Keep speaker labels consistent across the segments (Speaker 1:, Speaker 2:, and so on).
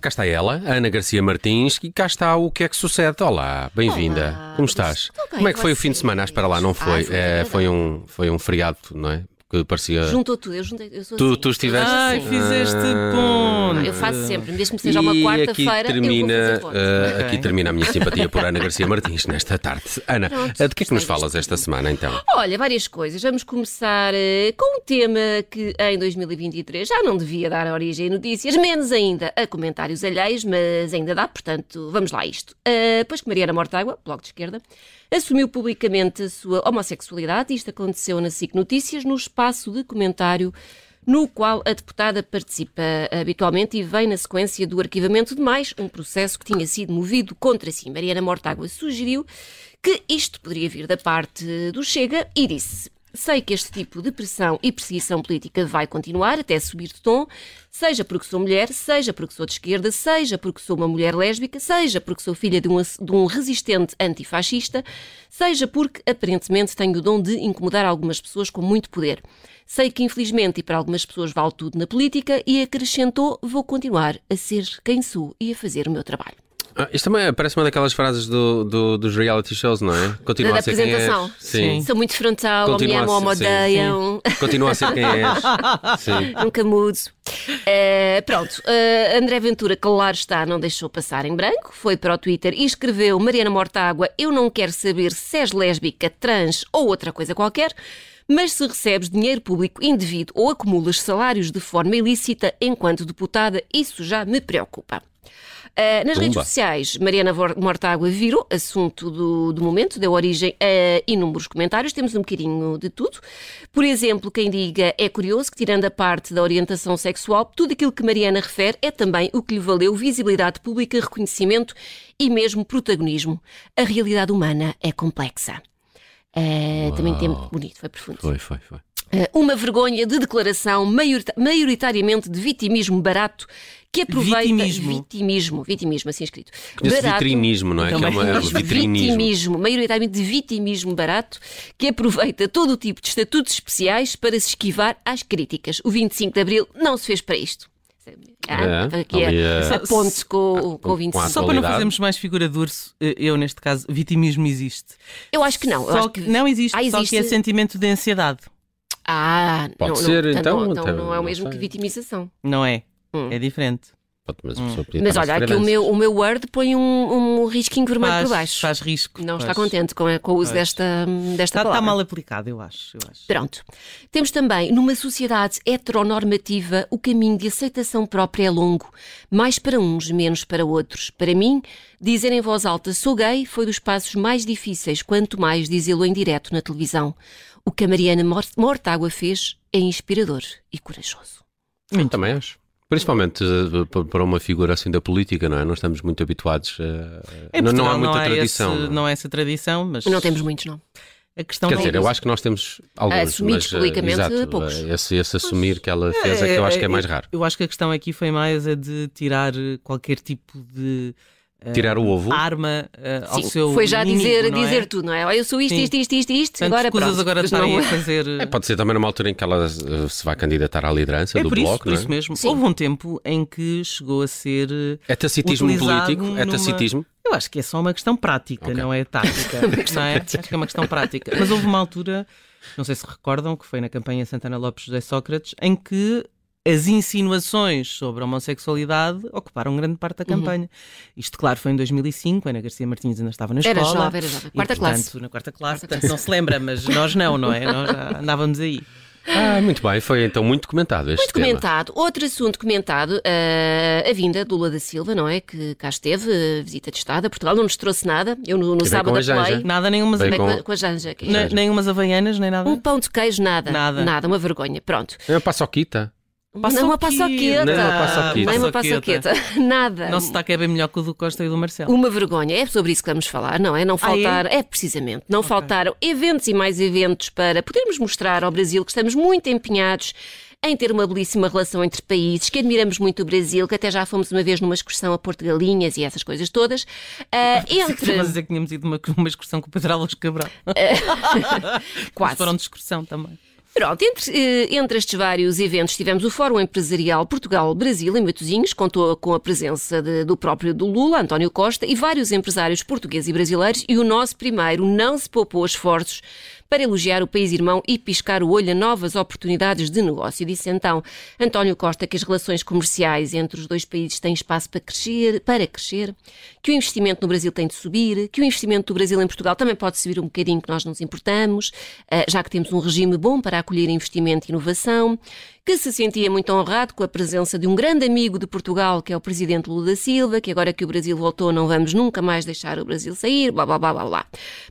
Speaker 1: cá está ela, Ana Garcia Martins, e cá está o que é que sucede. Olá, bem-vinda.
Speaker 2: Olá,
Speaker 1: Como estás?
Speaker 2: estou bem,
Speaker 1: Como é que foi o fim de
Speaker 2: vocês?
Speaker 1: semana? Ah, espera lá, não foi.
Speaker 2: Ah, foi
Speaker 1: É,
Speaker 2: agradável.
Speaker 1: foi, um, foi um feriado, não é? Que parecia.
Speaker 2: Juntou tudo, eu juntei. Eu sou
Speaker 1: Tu,
Speaker 2: assim.
Speaker 1: tu estiveste.
Speaker 3: Ai, fizeste
Speaker 1: Ah.
Speaker 3: ponte.
Speaker 2: Eu faço sempre, mesmo que seja uma
Speaker 1: E
Speaker 2: quarta-feira,
Speaker 1: aqui
Speaker 2: eu vou
Speaker 1: termina,
Speaker 2: fazer ponto.
Speaker 1: ah,
Speaker 3: Ok.
Speaker 1: aqui termina a minha simpatia por Ana Garcia Martins nesta tarde. Ana,
Speaker 2: Pronto,
Speaker 1: ah, de que é que nos
Speaker 2: gostei
Speaker 1: falas
Speaker 2: deste
Speaker 1: esta semana então?
Speaker 2: Olha, várias coisas. Vamos começar eh, com um tema que em 2023 já não devia dar origem a notícias, menos ainda a comentários alheios, mas ainda dá, portanto, vamos lá a isto. Ah, pois que Mariana Mortágua, Bloco de Esquerda, assumiu publicamente a sua homossexualidade. Isto aconteceu na SIC Notícias, no espaço de comentário no qual a deputada participa habitualmente e vem na sequência do arquivamento de mais um processo que tinha sido movido contra si. Mariana Mortágua sugeriu que isto poderia vir da parte do Chega e disse. Sei que este tipo de pressão e perseguição política vai continuar até subir de tom, seja porque sou mulher, seja porque sou de esquerda, seja porque sou uma mulher lésbica, seja porque sou filha de um, ass- de um resistente antifascista, seja porque aparentemente tenho o dom de incomodar algumas pessoas com muito poder. Sei que infelizmente e para algumas pessoas vale tudo na política e acrescentou: vou continuar a ser quem sou e a fazer o meu trabalho.
Speaker 1: Ah, isto também parece uma daquelas frases do- do- dos reality shows, não é? Continua
Speaker 2: Da
Speaker 1: a ser quem és.
Speaker 2: apresentação.
Speaker 1: Sim.
Speaker 2: Sou muito frontal, ou me
Speaker 1: Continua a
Speaker 2: amam ou "Oh, me
Speaker 1: ser- sim,
Speaker 2: odeiam.
Speaker 1: Continua a ser quem és. Sim.
Speaker 2: Nunca mudo. Eh, pronto, eh, André Ventura, claro está, não deixou passar em branco, foi para o Twitter e escreveu: Mariana Mortágua, eu não quero saber se és lésbica, trans ou outra coisa qualquer, mas se recebes dinheiro público indevido ou acumulas salários de forma ilícita enquanto deputada, isso já me preocupa. Eh, nas redes
Speaker 1: Pumba.
Speaker 2: sociais, sociais, Mariana Vor- Mortágua virou assunto do, do momento, deu origem a inúmeros comentários, temos um bocadinho de tudo. Por exemplo, quem diga é curioso que, tirando a parte da orientação sexual, tudo aquilo que Mariana refere é também o que lhe valeu visibilidade pública, reconhecimento e mesmo protagonismo. A realidade humana é complexa. Eh, também tem bonito, foi profundo.
Speaker 1: Foi, foi, foi.
Speaker 2: Eh, uma vergonha de declaração maiorita- maioritariamente de vitimismo barato que aproveita
Speaker 3: Vitimismo?
Speaker 2: vitimismo, vitimismo, assim escrito.
Speaker 1: Esse vitrinismo, não é? Que é uma é
Speaker 3: Também.
Speaker 1: vitrinismo.
Speaker 2: Vitimismo, maioritariamente de vitimismo barato, que aproveita todo o tipo de estatutos especiais para se esquivar às críticas. O 25 de Abril não se fez para isto. Ah,
Speaker 1: É,
Speaker 2: aqui
Speaker 1: ali,
Speaker 2: é,
Speaker 1: eh,
Speaker 2: a ponte com, o- com o
Speaker 1: com a
Speaker 2: 25.
Speaker 3: Só para não
Speaker 1: Qualidade.
Speaker 3: fazermos mais figura de urso, eh, eu neste caso, vitimismo existe.
Speaker 2: Eu acho que não. eu
Speaker 3: Só
Speaker 2: acho
Speaker 3: que
Speaker 2: que...
Speaker 3: não existe,
Speaker 2: Ah,
Speaker 3: só que é
Speaker 2: existe?
Speaker 3: sentimento de ansiedade,
Speaker 2: Ah,
Speaker 1: Pode
Speaker 2: não, não,
Speaker 1: ser,
Speaker 2: portanto,
Speaker 1: então,
Speaker 2: não-
Speaker 1: então,
Speaker 2: não é o
Speaker 1: não
Speaker 2: mesmo
Speaker 1: sei.
Speaker 2: que vitimização.
Speaker 3: não é?
Speaker 2: Hum.
Speaker 3: É diferente.
Speaker 1: Pode, Mas, a pessoa podia
Speaker 2: Mas
Speaker 1: estar
Speaker 2: olha,
Speaker 1: nas
Speaker 2: aqui o
Speaker 1: freelances.
Speaker 2: meu, o meu Word põe um, um risquinho vermelho
Speaker 3: faz,
Speaker 2: por baixo.
Speaker 3: faz risco.
Speaker 2: Não está
Speaker 3: faz. Tá,
Speaker 2: contente com, com o uso
Speaker 3: Pois.
Speaker 2: desta, desta
Speaker 3: Está, está
Speaker 2: palavra.
Speaker 3: mal aplicado, eu acho. Eu acho.
Speaker 2: Pronto. Temos também, numa sociedade heteronormativa, o caminho de aceitação própria é longo, mais para uns, menos para outros. Para mim, dizer em voz alta sou gay foi dos passos mais difíceis, quanto mais dizê-lo em direto na televisão. O que a Mariana Mor- Mortágua fez é inspirador e corajoso.
Speaker 1: Também acho. Principalmente eh, p- para uma figura assim da política, não é? Não estamos muito habituados. eh,
Speaker 3: Em
Speaker 1: não, não há
Speaker 3: É
Speaker 1: muita
Speaker 3: Portugal não esse-
Speaker 1: tradição. não é?
Speaker 3: não há essa tradição, mas
Speaker 2: Não temos muitos, não.
Speaker 3: a questão
Speaker 1: Quer
Speaker 3: não é
Speaker 1: dizer, eu acho que nós temos alguns.
Speaker 2: Assumidos
Speaker 1: mas, eh,
Speaker 2: publicamente,
Speaker 1: exato,
Speaker 2: poucos.
Speaker 1: eh, Esse, esse assumir que ela fez é que eu acho que é mais raro.
Speaker 3: Eu acho que a questão aqui foi mais a de tirar eh, qualquer tipo de eh,
Speaker 1: Tirar o ovo.
Speaker 3: arma eh, ao
Speaker 2: Sim,
Speaker 3: seu
Speaker 2: foi já
Speaker 3: inimigo,
Speaker 2: dizer,
Speaker 3: não é?
Speaker 2: dizer tudo, não é? Olha, Eu sou isto,
Speaker 3: Sim.
Speaker 2: isto, isto, isto, isto,
Speaker 3: Portanto,
Speaker 2: agora
Speaker 3: escusas
Speaker 2: pronto,
Speaker 3: agora
Speaker 2: mas não-
Speaker 3: estarem a fazer. eh,
Speaker 1: É, pode ser também numa altura em que ela eh, se vai candidatar à liderança
Speaker 3: É
Speaker 1: do
Speaker 3: por isso,
Speaker 1: bloco,
Speaker 3: por
Speaker 1: não é?
Speaker 3: isso mesmo.
Speaker 2: Sim.
Speaker 3: Houve um tempo em que chegou a ser. eh,
Speaker 1: É tacitismo
Speaker 3: Utilizado
Speaker 1: político? É
Speaker 3: numa-
Speaker 1: tacitismo?
Speaker 3: Eu acho que é só uma questão prática,
Speaker 1: Ok.
Speaker 3: não é tática. não é? Acho que é uma questão prática. Mas houve uma altura, não sei se recordam, que foi na campanha Santana Lopes José Sócrates, em que as insinuações sobre a homossexualidade ocuparam grande parte
Speaker 2: Uhum.
Speaker 3: da campanha. Isto, claro, foi em 2005, Ana Garcia Martins ainda estava na
Speaker 2: Era
Speaker 3: escola.
Speaker 2: jovem, era jovem.
Speaker 3: e,
Speaker 2: Quarta
Speaker 3: portanto,
Speaker 2: classe.
Speaker 3: Na quarta classe, portanto, não se lembra, mas nós não, não é? Nós já andávamos aí.
Speaker 1: Ah, muito bem. Foi então muito comentado este
Speaker 2: Muito
Speaker 1: tema.
Speaker 2: comentado. Outro assunto comentado, eh, a vinda do Lula da Silva, não é? Que cá esteve, eh, visita de Estado a Portugal, não nos trouxe nada. Eu no, no
Speaker 1: com
Speaker 2: sábado
Speaker 1: a
Speaker 2: apelei.
Speaker 1: Janja.
Speaker 3: Nada, nem umas,
Speaker 1: Bem,
Speaker 2: Bem,
Speaker 1: com-
Speaker 2: com, a- com a Janja. que é-
Speaker 3: nem, nem umas havaianas, nem
Speaker 2: Um
Speaker 3: nada.
Speaker 2: pão de queijo, nada.
Speaker 3: Nada.
Speaker 2: uma vergonha. Pronto.
Speaker 1: É uma paçoquita.
Speaker 2: Não, uma paçoqueta.
Speaker 1: Nem uma paçoquita.
Speaker 2: Nem uma paçoqueta. Nada.
Speaker 3: Nosso sotaque é bem melhor que o do Costa e do Marcelo.
Speaker 2: Uma vergonha, é sobre isso que vamos falar, não é? Não faltar, é? precisamente, não faltaram eventos e mais eventos para podermos mostrar ao Brasil que estamos muito empenhados em ter uma belíssima relação entre países, que admiramos muito o Brasil, que até já fomos uma vez numa excursão a Porto Galinhas e essas coisas todas. Ah, entre.
Speaker 3: Estava a dizer que tínhamos ido uma, uma excursão com o Pedro Alves Cabral. Eles
Speaker 2: Quase.
Speaker 3: foram de excursão também.
Speaker 2: Pronto, entre, eh, entre estes vários eventos tivemos o Fórum Empresarial Portugal-Brasil em Matosinhos, contou com a presença de- do próprio do Lula, António Costa, e vários empresários portugueses e brasileiros, e o nosso primeiro não se poupou esforços para elogiar o país irmão e piscar o olho a novas oportunidades de negócio. Disse então António Costa que as relações comerciais entre os dois países têm espaço para crescer, para crescer, que o investimento no Brasil tem de subir, que o investimento do Brasil em Portugal também pode subir um bocadinho, que nós nos importamos, eh, já que temos um regime bom para acolher investimento e inovação, que se sentia muito honrado com a presença de um grande amigo de Portugal, que é o presidente Lula da Silva, que agora que o Brasil voltou não vamos nunca mais deixar o Brasil sair, blá blá blá blá blá.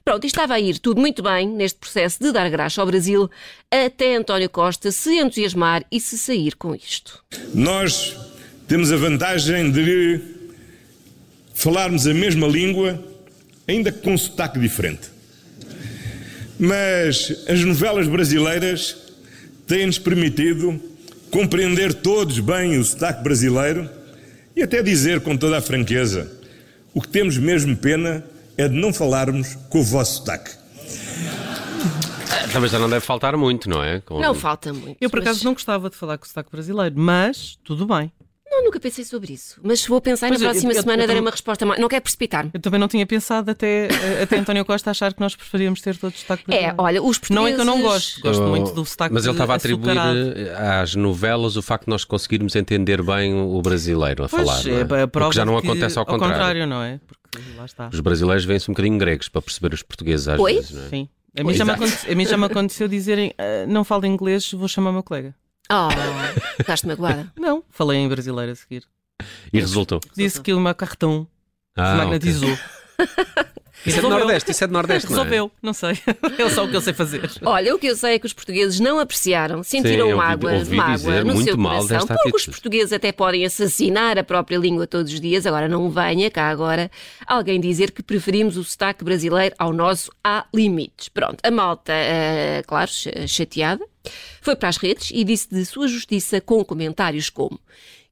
Speaker 2: Pronto, e estava a ir tudo muito bem neste processo de dar graça ao Brasil, até António Costa se entusiasmar e se sair com isto.
Speaker 4: Nós temos a vantagem de falarmos a mesma língua, ainda que com um sotaque diferente. Mas as novelas brasileiras têm-nos permitido compreender todos bem o sotaque brasileiro e até dizer com toda a franqueza: o que temos mesmo pena é de não falarmos com o vosso sotaque.
Speaker 1: Também já não deve faltar muito, não é? Com-
Speaker 2: Não falta muito.
Speaker 3: Eu, por
Speaker 2: mas-
Speaker 3: acaso, não gostava de falar com o sotaque brasileiro, mas tudo bem.
Speaker 2: Não, nunca pensei sobre isso. Mas vou pensar
Speaker 3: Pois é,
Speaker 2: na
Speaker 3: eu-
Speaker 2: próxima
Speaker 3: eu- eu-
Speaker 2: semana
Speaker 3: eu
Speaker 2: dar
Speaker 3: também-
Speaker 2: uma resposta. mais- Não quero precipitar-me.
Speaker 3: Eu também não tinha pensado até, eh, até António Costa achar que nós preferíamos ter todo o sotaque
Speaker 2: É,
Speaker 3: brasileiro.
Speaker 2: olha, os portugueses...
Speaker 3: Não é que eu não gosto, gosto
Speaker 1: Eu-
Speaker 3: muito do sotaque
Speaker 1: Mas ele estava a atribuir
Speaker 3: açucarado.
Speaker 1: eh, às novelas o facto de nós conseguirmos entender bem o brasileiro a
Speaker 3: Pois,
Speaker 1: falar.
Speaker 3: é,
Speaker 1: não é?
Speaker 3: a prova
Speaker 1: o que já não
Speaker 3: de que-
Speaker 1: acontece ao contrário.
Speaker 3: não é? Porque lá está.
Speaker 1: Os brasileiros vêm-se um bocadinho gregos para perceber os portugueses às
Speaker 2: Oi?
Speaker 1: vezes, não é?
Speaker 3: Sim. A mim, já me
Speaker 1: Exato.
Speaker 3: aconte- a mim já me aconteceu dizerem "Ah, não falo inglês, vou chamar o meu colega.
Speaker 2: Oh, estás-te magoada.
Speaker 3: Não, falei em brasileiro a seguir.
Speaker 1: E resultou.
Speaker 3: Disse que o meu cartão se
Speaker 1: Ah, ok.
Speaker 3: magnetizou. E
Speaker 1: Isso é de
Speaker 3: resolveu.
Speaker 1: Nordeste, isso é de Nordeste, não é?
Speaker 3: Resolveu, não sei. É só o que eu sei fazer.
Speaker 2: Olha, o que eu sei é que os portugueses não apreciaram, sentiram
Speaker 1: Sim, eu ouvi-
Speaker 2: mágoa,
Speaker 1: ouvi
Speaker 2: mágoa
Speaker 1: dizer
Speaker 2: no
Speaker 1: muito
Speaker 2: seu
Speaker 1: mal
Speaker 2: coração.
Speaker 1: desta
Speaker 2: Porque os
Speaker 1: atitude.
Speaker 2: portugueses até podem assassinar a própria língua todos os dias. Agora, não venha cá agora alguém dizer que preferimos o sotaque brasileiro ao nosso há limites. Pronto, a malta, eh, claro, ch- chateada, foi para as redes e disse de sua justiça com comentários como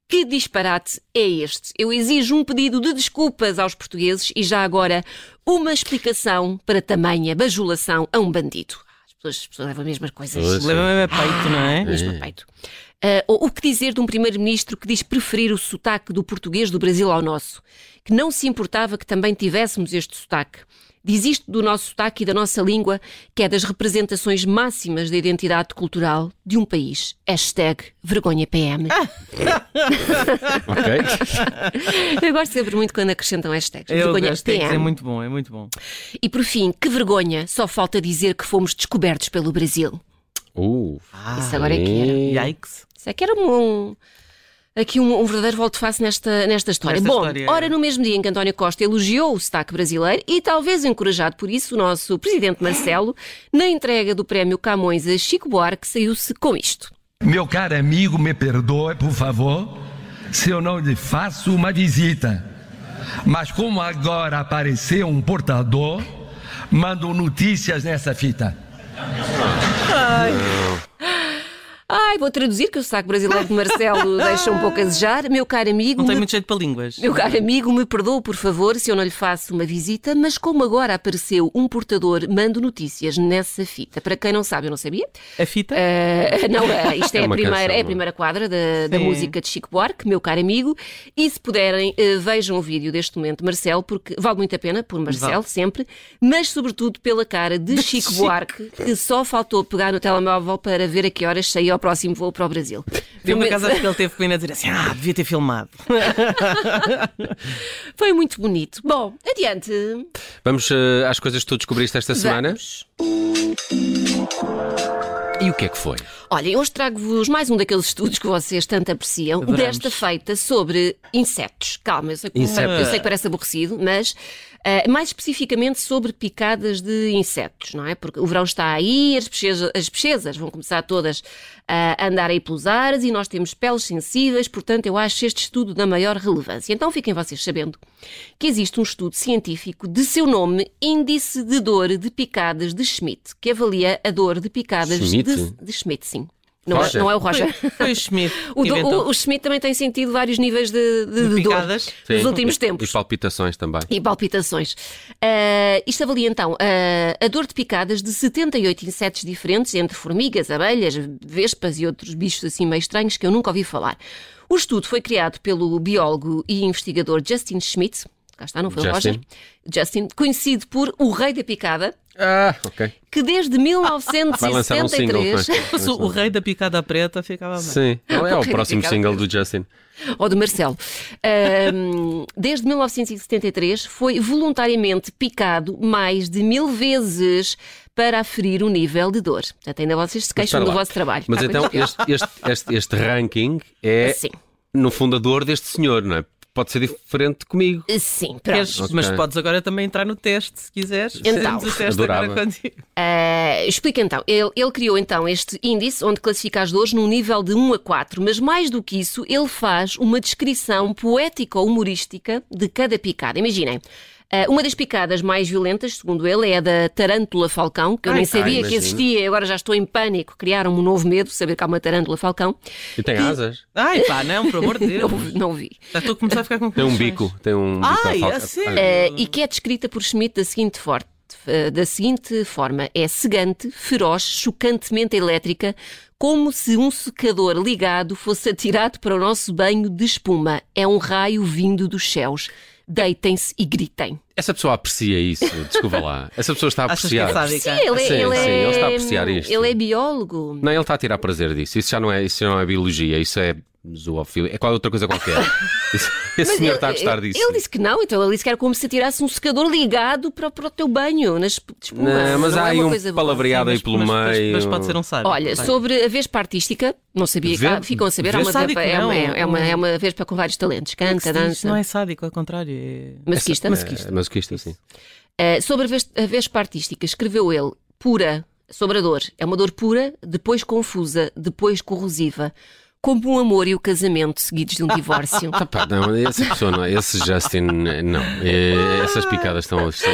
Speaker 2: que disparate é este? Eu exijo um pedido de desculpas aos portugueses e já agora uma explicação para tamanha bajulação a um bandido. As pessoas, as pessoas levam as mesmas coisas.
Speaker 1: Pois.
Speaker 3: Leva-me a peito, não é?
Speaker 2: Mesmo a peito. Ah, o o que dizer de um primeiro-ministro que diz preferir o sotaque do português do Brasil ao nosso? Que não se importava que também tivéssemos este sotaque. Diz isto do nosso sotaque e da nossa língua, que é das representações máximas da identidade cultural de um país. Hashtag vergonha PM.
Speaker 3: Ah.
Speaker 1: Ok.
Speaker 2: Eu gosto sempre muito quando acrescentam hashtags.
Speaker 3: Eu
Speaker 2: vergonha
Speaker 3: gosto, é
Speaker 2: PM.
Speaker 3: muito bom, é muito bom.
Speaker 2: E por fim, que vergonha, só falta dizer que fomos descobertos pelo Brasil.
Speaker 1: Uh,
Speaker 2: Isso agora é que era.
Speaker 3: Yikes.
Speaker 2: Isso é que era um. um- Aqui um, um verdadeiro volte-face nesta, nesta história.
Speaker 3: Nesta
Speaker 2: Bom,
Speaker 3: história, é.
Speaker 2: ora no mesmo dia em que António Costa elogiou o sotaque brasileiro e talvez encorajado por isso, o nosso presidente Marcelo, na entrega do prémio Camões a Chico Buarque, saiu-se com isto.
Speaker 5: Meu caro amigo, me perdoe, por favor, se eu não lhe faço uma visita. Mas como agora apareceu um portador, mando notícias nessa fita.
Speaker 2: Ai, vou traduzir que o sotaque brasileiro de Marcelo deixa um pouco a desejar. Meu caro amigo,
Speaker 3: Não tem
Speaker 2: me
Speaker 3: muito jeito para línguas.
Speaker 2: Meu caro amigo, me perdoe, por favor, se eu não lhe faço uma visita, mas como agora apareceu um portador, mando notícias nessa fita. Para quem não sabe, eu não sabia.
Speaker 3: A fita?
Speaker 1: Eh,
Speaker 2: Ah, não, ah, isto é,
Speaker 1: É
Speaker 2: a
Speaker 1: uma
Speaker 2: primeira,
Speaker 1: canção,
Speaker 2: é a
Speaker 1: não é?
Speaker 2: primeira quadra da, da
Speaker 3: Sim.
Speaker 2: música de Chico Buarque, meu caro amigo. E se puderem, eh, vejam o vídeo deste momento, Marcelo, porque vale muito a pena, por Marcelo,
Speaker 3: Vale.
Speaker 2: sempre, mas sobretudo pela cara de Chico,
Speaker 3: Chico.
Speaker 2: Buarque, que só faltou pegar no telemóvel para ver a que horas saía o próximo voo para o Brasil.
Speaker 3: Eu por
Speaker 2: Momento-
Speaker 3: acaso acho que ele teve pena de dizer assim, ah, devia ter filmado.
Speaker 2: Foi muito bonito. Bom, adiante.
Speaker 1: Vamos eh, às coisas que tu descobriste esta semana.
Speaker 2: Vamos.
Speaker 1: E o que é que foi?
Speaker 2: Olhem, hoje trago-vos mais um daqueles estudos que vocês tanto apreciam,
Speaker 3: Adoramos.
Speaker 2: desta feita sobre insetos. Calma, eu sei que,
Speaker 1: Insetos.
Speaker 2: eu sei que parece aborrecido, mas ah, mais especificamente sobre picadas de insetos, não é? Porque o verão está aí, as pesquesas, as pesquisas vão começar todas ah, a andar aí pelos ares e nós temos peles sensíveis, portanto eu acho este estudo da maior relevância. Então fiquem vocês sabendo que existe um estudo científico de seu nome Índice de Dor de Picadas de Schmidt, que avalia a dor de picadas
Speaker 1: Schmidt?
Speaker 2: de, de Schmidt, sim. Não, é,
Speaker 1: Roger.
Speaker 2: não é o Roger.
Speaker 3: Foi, foi o Schmidt.
Speaker 2: O,
Speaker 3: que
Speaker 2: do-
Speaker 3: inventou.
Speaker 2: o- o Schmidt também tem sentido vários níveis de, de,
Speaker 3: De
Speaker 2: de dor
Speaker 3: picadas.
Speaker 2: nos
Speaker 1: Sim.
Speaker 2: últimos
Speaker 1: E-
Speaker 2: tempos.
Speaker 1: E palpitações também.
Speaker 2: E palpitações. Ah, isto avalia então ah, a dor de picadas de 78 insetos diferentes, entre formigas, abelhas, vespas e outros bichos assim meio estranhos que eu nunca ouvi falar. O estudo foi criado pelo biólogo e investigador Justin Schmidt, cá está, não foi o
Speaker 1: Justin.
Speaker 2: Roger? Justin, conhecido por o rei da picada,
Speaker 1: Ah,
Speaker 3: é
Speaker 1: ok.
Speaker 2: que desde
Speaker 1: Vai lançar um single.
Speaker 2: 1973
Speaker 1: não é?
Speaker 3: Mas o, o rei da picada preta ficava bem.
Speaker 1: Sim, não é
Speaker 2: O
Speaker 1: o
Speaker 2: rei
Speaker 1: próximo
Speaker 2: picado.
Speaker 1: single do Justin.
Speaker 2: ou de Marcelo. Ahm, desde 1973 foi voluntariamente picado mais de mil vezes para aferir o nível de dor. Portanto, ainda vocês se queixam
Speaker 1: espera
Speaker 2: do
Speaker 1: lá.
Speaker 2: vosso trabalho. Tá Assim.
Speaker 1: Mas
Speaker 2: Há
Speaker 1: então
Speaker 2: coisas
Speaker 1: este, este, este, este ranking é,
Speaker 2: Sim.
Speaker 1: no fundo, a dor deste senhor, não é? Pode ser diferente comigo.
Speaker 2: piores. Sim, pronto.
Speaker 3: Queres-
Speaker 1: Ok.
Speaker 3: Mas podes agora também entrar no teste, se quiseres.
Speaker 2: Então.
Speaker 3: Fazemos o teste
Speaker 1: Adorava.
Speaker 3: agora contigo.
Speaker 2: Ah, explica então. Ele, ele criou então este índice onde classifica as dores num nível de 1 a 4, mas mais do que isso, ele faz uma descrição poética ou humorística de cada picada. Imaginem. ah, uma das picadas mais violentas, segundo ele, é a da tarântula falcão, que eu
Speaker 1: Ai,
Speaker 2: nem
Speaker 1: tá,
Speaker 2: sabia que
Speaker 1: imagino.
Speaker 2: existia, eu agora já estou em pânico, criaram-me um novo medo, saber que há uma tarântula falcão.
Speaker 1: E tem asas.
Speaker 3: Ai pá, não, por amor de Deus.
Speaker 2: Não, não vi.
Speaker 3: Já estou a começar a ficar com
Speaker 1: Tem um
Speaker 3: comichões.
Speaker 1: bico. Tem um bico
Speaker 3: Ai,
Speaker 1: ao
Speaker 3: a
Speaker 1: falcão.
Speaker 3: sério?
Speaker 1: Ah,
Speaker 2: Ah, e que é descrita por Schmidt da seguinte, for- eh, da seguinte forma: é cegante, feroz, chocantemente elétrica, como se um secador ligado fosse atirado para o nosso banho de espuma. É um raio vindo dos céus. Deitem-se e gritem.
Speaker 1: Essa pessoa aprecia isso, desculpa lá. Essa pessoa está a
Speaker 3: Achas que é
Speaker 1: apreciar.
Speaker 3: sádica?
Speaker 2: ele, é-
Speaker 1: Sim,
Speaker 2: ele
Speaker 1: sim,
Speaker 2: é,
Speaker 1: ele está a apreciar isto.
Speaker 2: Ele é biólogo.
Speaker 1: Não, ele está a tirar prazer disso. Isso já não é, isso já não é biologia, isso é zoofilia. É qual outra coisa qualquer. Isso- Esse senhor
Speaker 2: ele,
Speaker 1: está a gostar disso.
Speaker 2: é, Ele disse que não, então ele disse que era como se atirasse um secador ligado para, para o teu banho, nas de espuma.
Speaker 1: Não, mas
Speaker 2: Não
Speaker 1: há
Speaker 2: é
Speaker 1: aí
Speaker 2: uma
Speaker 1: um
Speaker 2: coisa boa.
Speaker 1: palavreado aí
Speaker 3: Mas-
Speaker 1: pelo
Speaker 3: mas- mas-
Speaker 1: meio.
Speaker 3: Mas pode ser um sábio.
Speaker 2: Olha,
Speaker 3: Vai.
Speaker 2: sobre a Vespa artística, não sabia,
Speaker 1: Ve-
Speaker 2: ah, ficam a saber, há uma,
Speaker 3: Vespa?
Speaker 2: vespa, é, uma,
Speaker 3: Sádico, não.
Speaker 2: é, uma, é uma Vespa com vários talentos,
Speaker 3: Como é que
Speaker 2: canta,
Speaker 3: se diz?
Speaker 2: dança,
Speaker 3: Não é sádico, ao contrário. é-
Speaker 2: masoquista.
Speaker 1: É, mas que isto assim.
Speaker 2: Eh, sobre a ves- a Vespa artística, escreveu ele, pura, sobre a dor, é uma dor pura, depois confusa, depois corrosiva, como o amor e o casamento seguidos de um divórcio.
Speaker 1: Ah, pá, não, essa pessoa não, esse Justin, não. É, essas picadas estão. estão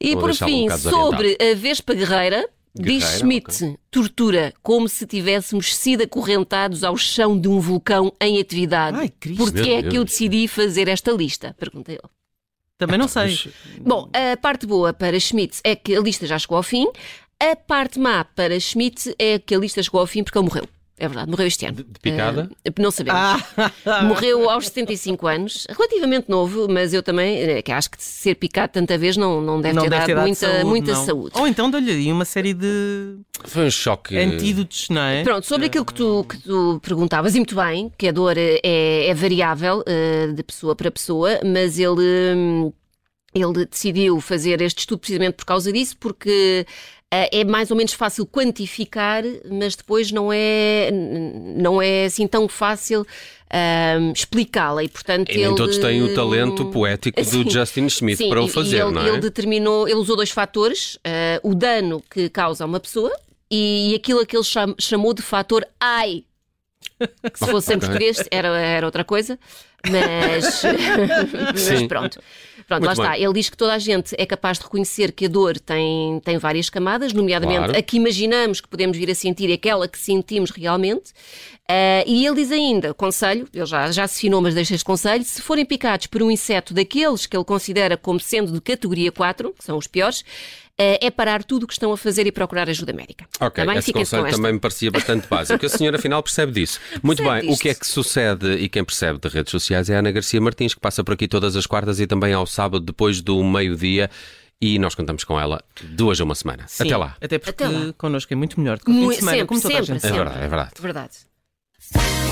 Speaker 2: E
Speaker 1: Vou
Speaker 2: por
Speaker 1: deixá-lo um
Speaker 2: fim,
Speaker 1: bocado
Speaker 2: sobre a Vespa Guerreira, diz
Speaker 1: Guerreira,
Speaker 2: Schmidt, tortura como se tivéssemos sido acorrentados ao chão de um vulcão em atividade.
Speaker 3: Ai, Cristo.
Speaker 2: Porquê é
Speaker 1: Meu
Speaker 2: que eu
Speaker 1: Deus.
Speaker 2: decidi fazer esta lista? Pergunta ele.
Speaker 3: Também não sei.
Speaker 1: mas-
Speaker 2: Bom, a parte boa para Schmidt é que a lista já chegou ao fim. A parte má para Schmidt é que a lista chegou ao fim porque ele morreu. É verdade, morreu este ano.
Speaker 1: De- de picada?
Speaker 2: Eh, não sabemos.
Speaker 3: Ah,
Speaker 2: Morreu aos 75 anos, relativamente novo, mas eu também eh, que acho que ser picado tanta vez não, não deve
Speaker 3: não
Speaker 2: ter
Speaker 3: deve
Speaker 2: dado
Speaker 3: ter dado
Speaker 2: muita,
Speaker 3: saúde,
Speaker 2: muita
Speaker 3: não.
Speaker 2: saúde.
Speaker 3: Ou então deu-lhe aí uma série de
Speaker 2: É.
Speaker 1: Foi um choque.
Speaker 3: antídotos, não
Speaker 1: Ah,
Speaker 3: é?
Speaker 2: Pronto, sobre aquilo que tu, que tu perguntavas, e muito bem, que a dor eh, é, é variável eh, de pessoa para pessoa, mas ele, hum, ele decidiu fazer este estudo precisamente por causa disso, porque eh, é mais ou menos fácil quantificar, mas depois não é, n- não é assim tão fácil hum, explicá-la. E, portanto,
Speaker 1: E nem
Speaker 2: ele-
Speaker 1: todos têm o talento poético
Speaker 2: Sim.
Speaker 1: do Justin Schmidt
Speaker 2: Sim,
Speaker 1: para
Speaker 2: e-
Speaker 1: o
Speaker 2: e
Speaker 1: fazer,
Speaker 2: ele,
Speaker 1: não é?
Speaker 2: ele determinou, ele usou dois fatores: eh, o dano que causa a uma pessoa e aquilo a que ele cham- chamou de fator ai. Que se fosse em
Speaker 1: Ok.
Speaker 2: português era, era outra coisa, mas, mas
Speaker 1: Sim.
Speaker 2: pronto. Pronto,
Speaker 1: Muito
Speaker 2: lá está.
Speaker 1: bem.
Speaker 2: Ele diz que toda a gente é capaz de reconhecer que a dor tem, tem várias camadas, nomeadamente
Speaker 1: Claro.
Speaker 2: a que imaginamos que podemos vir a sentir e aquela que sentimos realmente. Ah, e ele diz ainda, conselho, ele já, já se finou, mas deixa este conselho, se forem picados por um inseto daqueles que ele considera como sendo de categoria 4, que são os piores, ah, é parar tudo o que estão a fazer e procurar ajuda médica.
Speaker 1: Ok,
Speaker 2: Tá bem?
Speaker 1: esse
Speaker 2: Fiquem-se com
Speaker 1: conselho
Speaker 2: esta.
Speaker 1: também me parecia bastante básico. A senhora, afinal, percebe disso. Muito
Speaker 2: Percebe
Speaker 1: bem, o que é
Speaker 2: disto.
Speaker 1: que sucede e quem percebe de redes sociais é a Ana Garcia Martins, que passa por aqui todas as quartas e também ao sábado, depois do meio-dia. E nós contamos com ela duas a uma semana.
Speaker 3: Sim,
Speaker 1: Até lá.
Speaker 3: Até porque
Speaker 2: Até lá.
Speaker 3: connosco é muito melhor do que o fim de
Speaker 2: Muito-
Speaker 3: semana,
Speaker 2: sempre,
Speaker 3: como toda a
Speaker 2: sempre,
Speaker 3: gente
Speaker 1: É
Speaker 2: sempre.
Speaker 1: verdade, é verdade.
Speaker 2: Verdade.